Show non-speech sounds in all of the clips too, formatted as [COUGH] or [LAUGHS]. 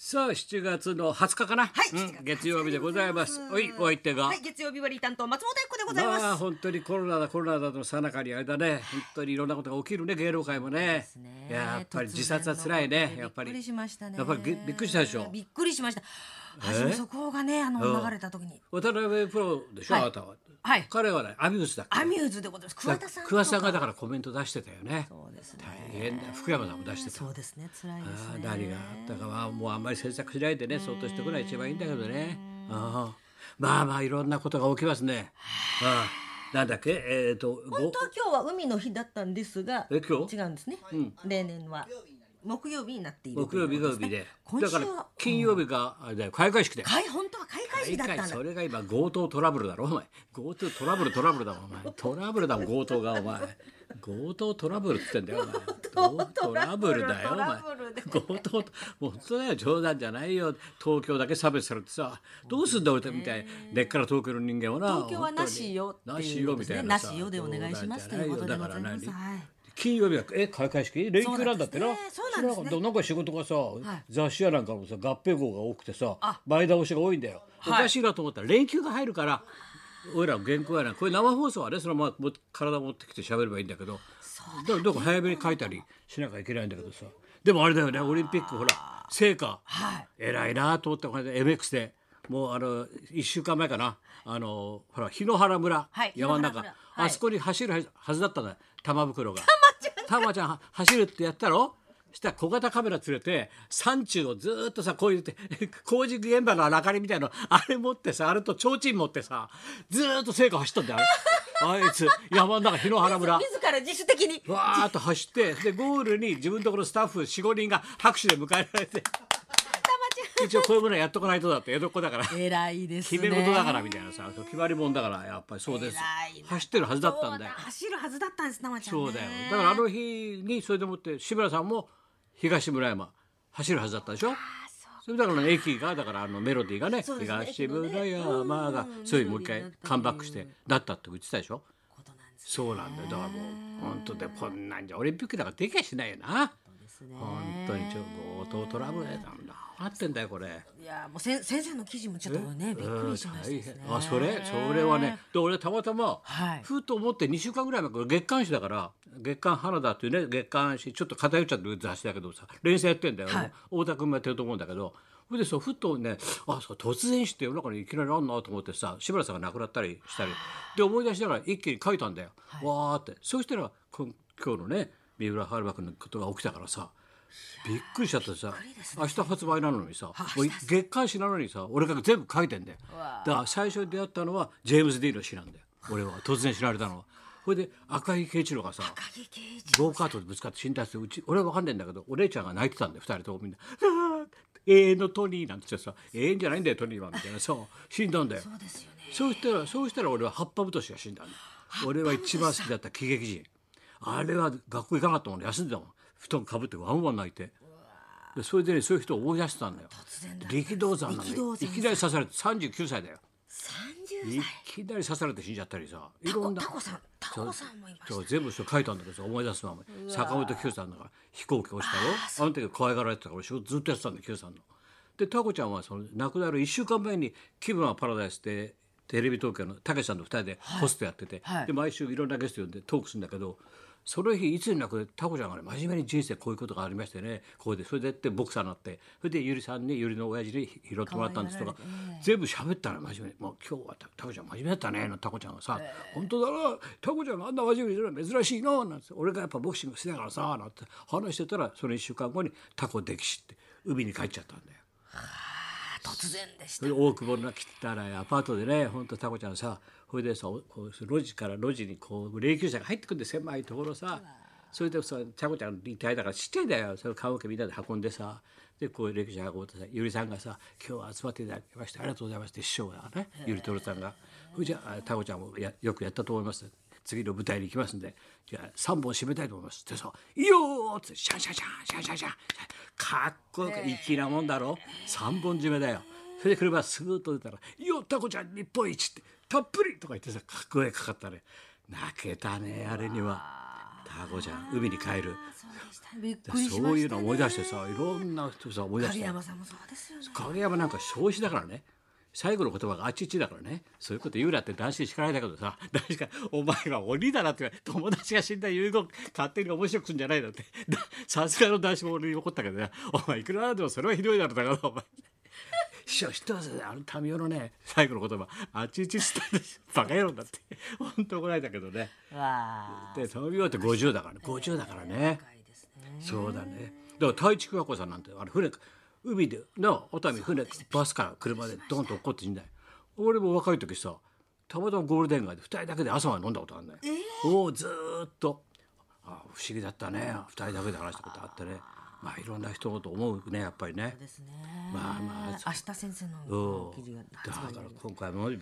さあ7月の20日かな、はい、うん7月月曜日でございますおいお相手が、はい、月曜日割り担当松本彦でございます。まあ本当にコロナだコロナだのさなかにあれだね本当にいろんなことが起きるね芸能界もねですねやっぱり自殺は辛いねやっぱりびっくりしましたね。やっぱりげびっくりしたでしょびっくりしました。初め速報がね、あうんの流れた時に。渡辺プロでしょ、はいあなたは、はい彼はねアミューズだっけアミューズでございます。桑田さんと。桑田さんがだからコメント出してたよねそうですね。大変だ福山さんも出してたそうですね。辛いですあね。ー何があったかはもうあんまり詮索しないでねそっとしてくのが一番いいんだけどねああまあまあいろんなことが起きますねああなんだっけえっ、とご本当は今日は海の日だったんですが、え今日違うんですね。例年は木曜日になっている。木曜日が曜日で今だ週かはら金曜日があれだよ開会式だよ開本当は開会式だったんだ。それが今 GoTo トラブルだろお前 GoTo トラブルトラブルだもんお [LAUGHS] 前トラブルだもん GoTo がお前 GoTo トラブルっつってんだよお前 GoTo トラブルだよお前トラブルで GoTo もう本当だよ冗談じゃないよ東京だけ差別されてさどうすんだ俺みたい根っから東京の人間はな東京はなしよ本当ってにいうことですねなしよみたいなさなしよでお願いしますということでございます冗談じゃなよだから何はい金曜日はえ開会式連休なんだってなそうなんですねそうなんですねそれなんか仕事がさ、い雑誌やなんかのさ合併号が多くてさあ前倒しが多いんだよ、はいおかしいなと思ったら連休が入るから俺らの原稿やなこれ生放送はねそのままもう体持ってきて喋ればいいんだけどだからどこ早めに書いたりしなきゃいけないんだけどさでもあれだよねオリンピックほら成果、はい偉いなと思ったこれで MX でもうあの1週間前かなあのほら檜原村、はい山の中、檜原村はいあそこに走るはずだったんだよ玉袋が玉ちゃんちゃんは走るってやったろしたら小型カメラ連れて山中をずーっとさこういうて工事現場の明かりみたいなのあれ持ってさあれと提灯持ってさずーっと聖火走ったんだよあれあいつ山の中檜原村自ら自主的にわーっと走ってでゴールに自分のところのスタッフ45人が拍手で迎えられて一応こういうものはやっとかないとだって江戸っ子だから偉いですね決め事だからみたいなさ決まりもんだからやっぱりそうです偉いな走ってるはずだったんだよそう走るはずだったんです生ちゃんねそうだよだからあの日にそれでもって志村さんも東村山走るはずだったでしょそれだからね駅がだからあのメロディーがねそうですね東村山が駅のねうんそういうもう一メロ回ディーだったっていうカムバックしてだったって言ってたでしょことなんですそうなんだよだからもう本当でこんなんじゃオリンピックなんかできやしないよなですね本当にちょっと強盗トラブルだよなんだ合ってんだよこれ。いやもうせん先生の記事もちょっとねびっくりしましたですねうんあそれそれはねで俺たまたま、はいふと思って2週間ぐらい前これ月刊誌だから月刊花田っていうね月刊誌ちょっと偏っちゃってる雑誌だけどさ連載やってんだよ、はい太田君もやってると思うんだけどそれでそうふとねあそう突然死って世の中にいきなりあんなと思ってさ志村さんが亡くなったりしたりで思い出しながら一気に書いたんだよ、わーってそうしたらこん今日のね三浦春馬君のことが起きたからさびっくりしちゃってさ、明日発売なのにさもう月刊誌なのにさ俺が全部書いてんだよわだから最初に出会ったのはジェームズ・ディーンの詩なんだよ俺は突然知られたのはそれで赤井圭一郎がさ影刑事ゴーカートでぶつかって死んだってうち俺は分かんないんだけどお姉ちゃんが泣いてたんだよ2人ともみんな「あー永遠のトニー」なんて言ってさ「永遠じゃないんだよトニーは」みたいなそう死んだんだよそうですよねそうしたらそうしたら俺は葉っぱ太しが死んだんだ俺は一番好きだった喜劇人あれは学校行かなかったもんね休んでたもん布団かぶってワンワン泣いてでそれでねそういう人を思い出してたんだよ突然だ力道山なの力道にい山きなり刺されて39歳だよ三十いきなり刺されて死んじゃったりさいタろコんなタコさんタコさんもいましたそう全部それ書いたんだけどさ思い出すまま坂本九さんだから飛行機落ちたろあの時怖いがられてたから仕事ずっとやってたんだ九さんの。でタコちゃんはその亡くなる1週間前に「気分はパラダイス」でテレビ東京のたけしさんと2人でホストやってて、はいで毎週いろんなゲスト呼んでトークするんだけどその日いつになくタコちゃんがね真面目に人生こういうことがありましてねこうでそれでやってボクサーになってそれでゆりさんにゆりの親父に拾ってもらったんですとか可愛がられて全部喋ったの真面目に「もう今日はタタコちゃん真面目だったね」のタコちゃんがさ「本当だなタコちゃんがあんな真面目にするのは珍しいの」なんて俺がやっぱボクシングしてたからさなんて話してたらその1週間後にタコ溺死って海に帰っちゃったんだよ。突然でしそたれで大久保の汚いアパートでねほんとタコちゃんさそれでさこう路地から路地にこう霊柩車が入ってくんで狭いところさそれでさタコちゃんの遺体だからちっちゃいんだよその棺桶みんなで運んでさでこう霊柩車運ぶとさゆりさんがさ「今日は集まっていただきましてありがとうございます」って師匠がねゆりとるさんが「それじゃあタコちゃんもやよくやったと思います」次の舞台に行きますんで、じゃあ3本締めたいと思います。ってさ、いいよーって、シャンシャンシャンシャンシャンシャン。かっこよく粋なもんだろ。3本締めだよ。それで車スーッと出たら「よタコちゃん日本一」って「たっぷり」とか言ってさ声かかったね泣けたねあれには。タコちゃん海に帰るそうでしたびっくりしました、ね、そういうの思い出してさいろんな人さ思い出し影て山さんもそうですよね影山なんか少子だからね最後の言葉があっちっちだからねそういうこと言うなって男子に叱られたけどさ男子が「お前は鬼だな」って友達が死んだ遺言勝手に面白くすんじゃないだってださすがの男子も俺に怒ったけどね「お前いくらなんでもそれはひどいだろ」だからお前。師匠知ってますあの民生のね最後の言葉あっちっちっつったんですよバカ野郎だって本当怒られたけどねわあで民生って50だからね50だからね、深いですねそうだね。だから太一久和子さんなんてあれ船海でな熱海船バスから車でドンと落っこって死んだよ。俺も若い時さたまたまゴールデン街で2人だけで朝まで飲んだことあるんだよ。おおずーっとあ不思議だったね2人だけで話したことあってねまあいろんな人のこと思うねやっぱりね。ですねまあまあ明日先生うんの記事がだ発か売らに今回もびっ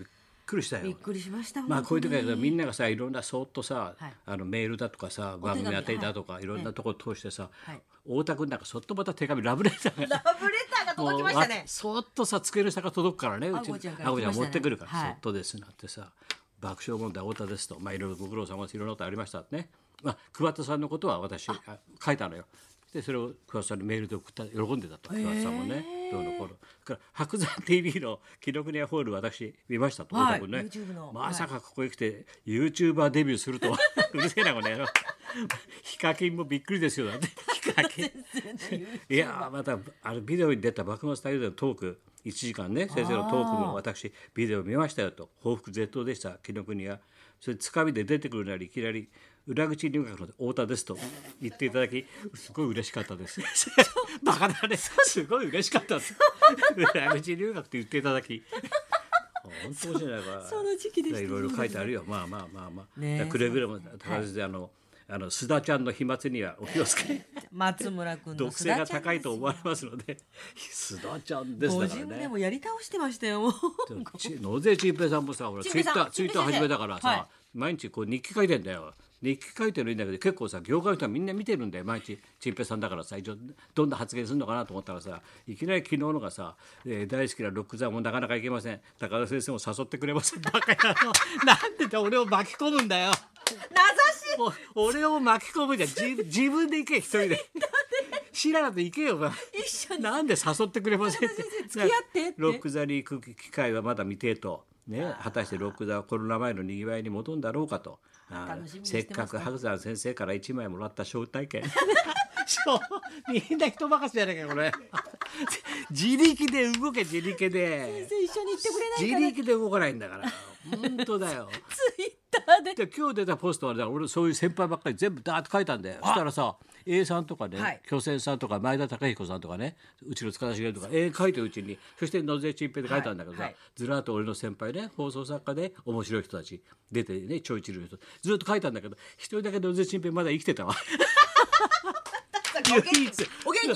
くりしたよびっ。くりしましたまあこういう時本当はにみんながさいろんなそっとさ、はいあのメールだとかさ番手紙組宛てだとか、い、ろんなところ通してさ、はい太田君なんかそっとまた手紙ラブレターがラブレターが届きましたもうねあ [LAUGHS] そっとさ机の下から届くからねうあごちゃんからあごちゃん来ましたね持ってくるから、はいそっとですなんてさ爆笑問題太田ですとまあいろいろご苦労様ですいろんなことありましたってね、まあ、桑田さんのことは私あ書いたのよでそれを桑田さんにメールで送った喜んでたと桑田さんもねどうのこうのそれから白山 TV の紀ノ国屋ホール私見ましたとはい太田君 YouTube のまさかここへ来て YouTuber デビューすると [LAUGHS] はうるせえなこの野郎 [LAUGHS] ヒカキンもびっくりですよだってヒカキン [LAUGHS] いやーまたあのビデオに出た幕末太陽でのトーク1時間ね先生のトークも私ビデオ見ましたよと報復絶倒でした紀ノ国屋それつかみで出てくるなりいきなり裏口入学の太田ですと言っていただきすごい嬉しかったです [LAUGHS] バカだね [LAUGHS] すごい嬉しかったです裏口入学って言っていただき本当じゃないかその時期でしたいろいろ書いてあるよまあまあまあまあ、ねだえからくれぐれも高橋であの、あの須田ちゃんの飛沫にはお気をつけ松村君の毒須性田がちゃん高いと思わでれますので須田ちゃんですすよだから [LAUGHS] 50でねもやり倒してましたよもうち野瀬ちんぺいさんもさほらちんツぺイいッさんターツイッターちんぺ始めい先生たからさ、は毎日こう日記書いてんだよ日記書いてるのいいんだけど結構さ業界の人はみんな見てるんだよ毎日ちんぺいさんだからさ一応どんな発言するのかなと思ったらさいきなり昨日のがさ、えー大好きなロック座もなかなか行けません高田先生も誘ってくれませんバカ野郎 [LAUGHS] なんでだ俺を巻き込むんだよ名指しお俺を巻き込むじゃんじ自分で行け一人で知らなくて行けよお前一緒 [LAUGHS] になんで誘ってくれませんって付き合ってってロック座に行く機会はまだ未定と、ね、果たしてロック座はコロナ前のにぎわいに戻るんだろうかとあー楽しみにしてせますっかく白山先生から1枚もらった招待 [LAUGHS] 券そうみんな人任せじゃないかこれ [LAUGHS] 自力で動け自力で一緒に行ってくれない自力で動かないんだから本当だよ [LAUGHS] ツイッターでで今日出たポストはだから俺そういう先輩ばっかり全部ダーッと書いたんだよそしたらさ A さんとかね、はい巨泉さんとか前田孝彦さんとかねうちの塚田茂とか絵書いてるうちにそして野添陳平で書いたんだけどさ、はいはいずらっと俺の先輩ね放送作家で面白い人たち出てね超一流の人ずっと書いたんだけど一人だけ野添陳平まだ生きてたわ。 [LAUGHS] お元気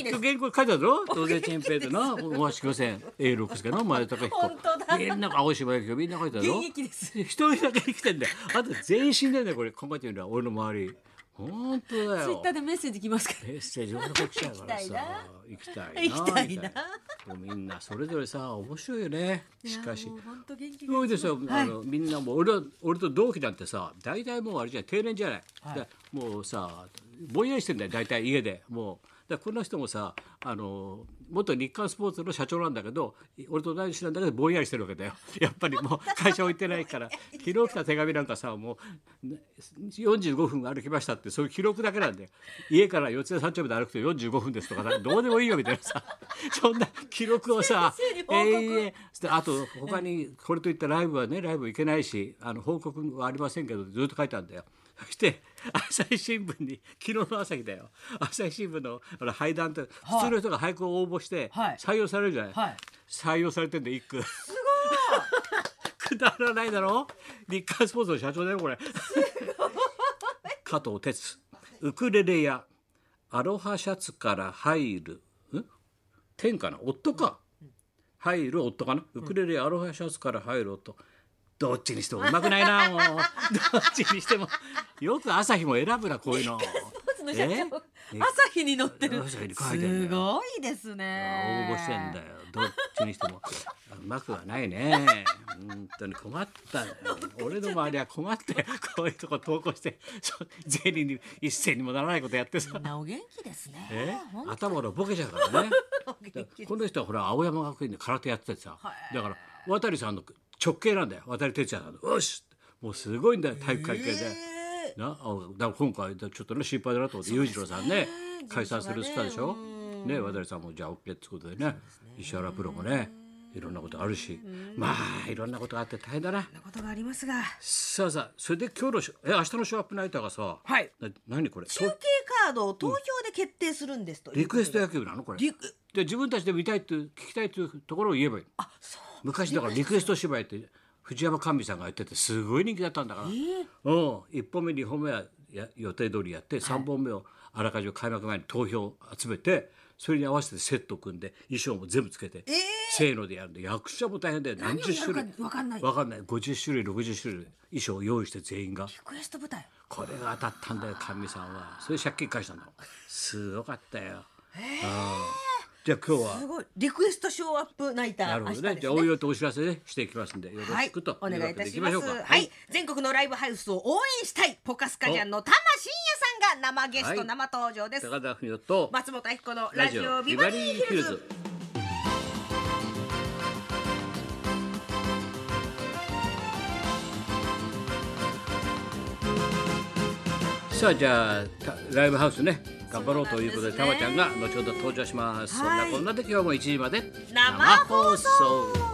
です原稿書いたぞ当然陳平でな大橋巨泉 A 六輔の前田孝彦本当だみんなが青島由紀夫みんな書いたぞ現役です一人だけ生きてんだよあと全身だよねこれ考えてみるな俺の周り本当だツイッよターでメッセージ来ますからメッセージ俺のこ来ちゃうからさ行きたいな行きたいなみたいなみんなそれぞれさ面白いよね [LAUGHS] しかしいやもう本当元気がそうですよ、あのみんなもう俺は俺と同期なんてさ大体もうあれじゃない定年じゃない、だもうさぼんやりしてんだよ大体家でもうだからこの人もさあの元日刊スポーツの社長なんだけど俺と同い年なんだけどぼんやりしてるわけだよ [LAUGHS] やっぱりもう会社置いてないから昨日来た手紙なんかさもうね45分歩きましたってそういう記録だけなんだよ家から四谷三丁目で歩くと45分ですとかさどうでもいいよみたいなさそんな記録をさ先生に報告永遠であと他にこれといったライブはねライブ行けないしあの報告はありませんけどずっと書いたんだよ。そして朝日新聞に昨日の朝日だよ朝日新聞のあの配談って普通の人が俳句を応募してはい採用されるじゃない、はい採用されてんで一句。すごいくだらないだろ日刊スポーツの社長だよこれ。加藤哲ウクレレやアロハシャツから入るん天かな夫か、入る夫かなウクレレやアロハシャツから入る夫どっちにしてもうまくないなもうどっちにしてもよく朝日も選ぶなこういうのスポーツのの社長、ね朝日に乗ってる朝日に書いてあるすんだよごいですね応募してんだよどっちにしてもうまくはないね本当に困ったよ俺の周りは困ってこういうとこ投稿してそうゼリーに一銭にもならないことやってさみんなお元気ですえね本当に頭のボケちゃうから [LAUGHS] ねお元気この人はほら青山学院で空手やっててさだから渡さんの直系なんだよ渡哲也さんのよしもうすごいんだよ体育会系で。えなあだから今回ちょっとね心配だなと思って裕次郎さんね解散するって言ったでしょ、ね渡さんもじゃあ OK ってことでね石原プロもねいろんなことあるしまあいろんなことがあって大変だなーなことがありますがさあさあそれで今日のしえ明日のショーアップナイターがさ、はいな何これ中継カードを投票で決定するんですとリクエストや野球なのこれリでク自分たちで見たいっていう聞きたいっていうところを言えばいいのあそう昔だからリクエスト芝居って藤山甘美さんがやっててすごい人気だったんだから、うん、1本目2本目はや予定通りやって3本目をあらかじめ開幕前に投票集めてそれに合わせてセット組んで衣装も全部つけて、えーせーのでやるんで役者も大変で何十種類何をやるか分かんない分かんない50種類60種類衣装を用意して全員がリクエスト舞台これが当たったんだよ甘美さんはそれ借金返したのすごかったよ、うんじゃあ今日はすごいリクエストショーアップナイターなるほどね。明じ日でゃすあ応用とお知らせねしていきますんでよろはしいくと、、お願いいたうことでしきましす。ょうかはい、。全国のライブハウスを応援したいポカスカジャンの玉真也さんが生ゲスはトい生登場です。高田文夫と松本明子のラジオビバリーヒルズ。。さあじゃあたライブハウスね頑張ろうということでそうたなんま、ですちねゃんが後ほど登場します、そはいんなこんなで今日も1時まで生生放放送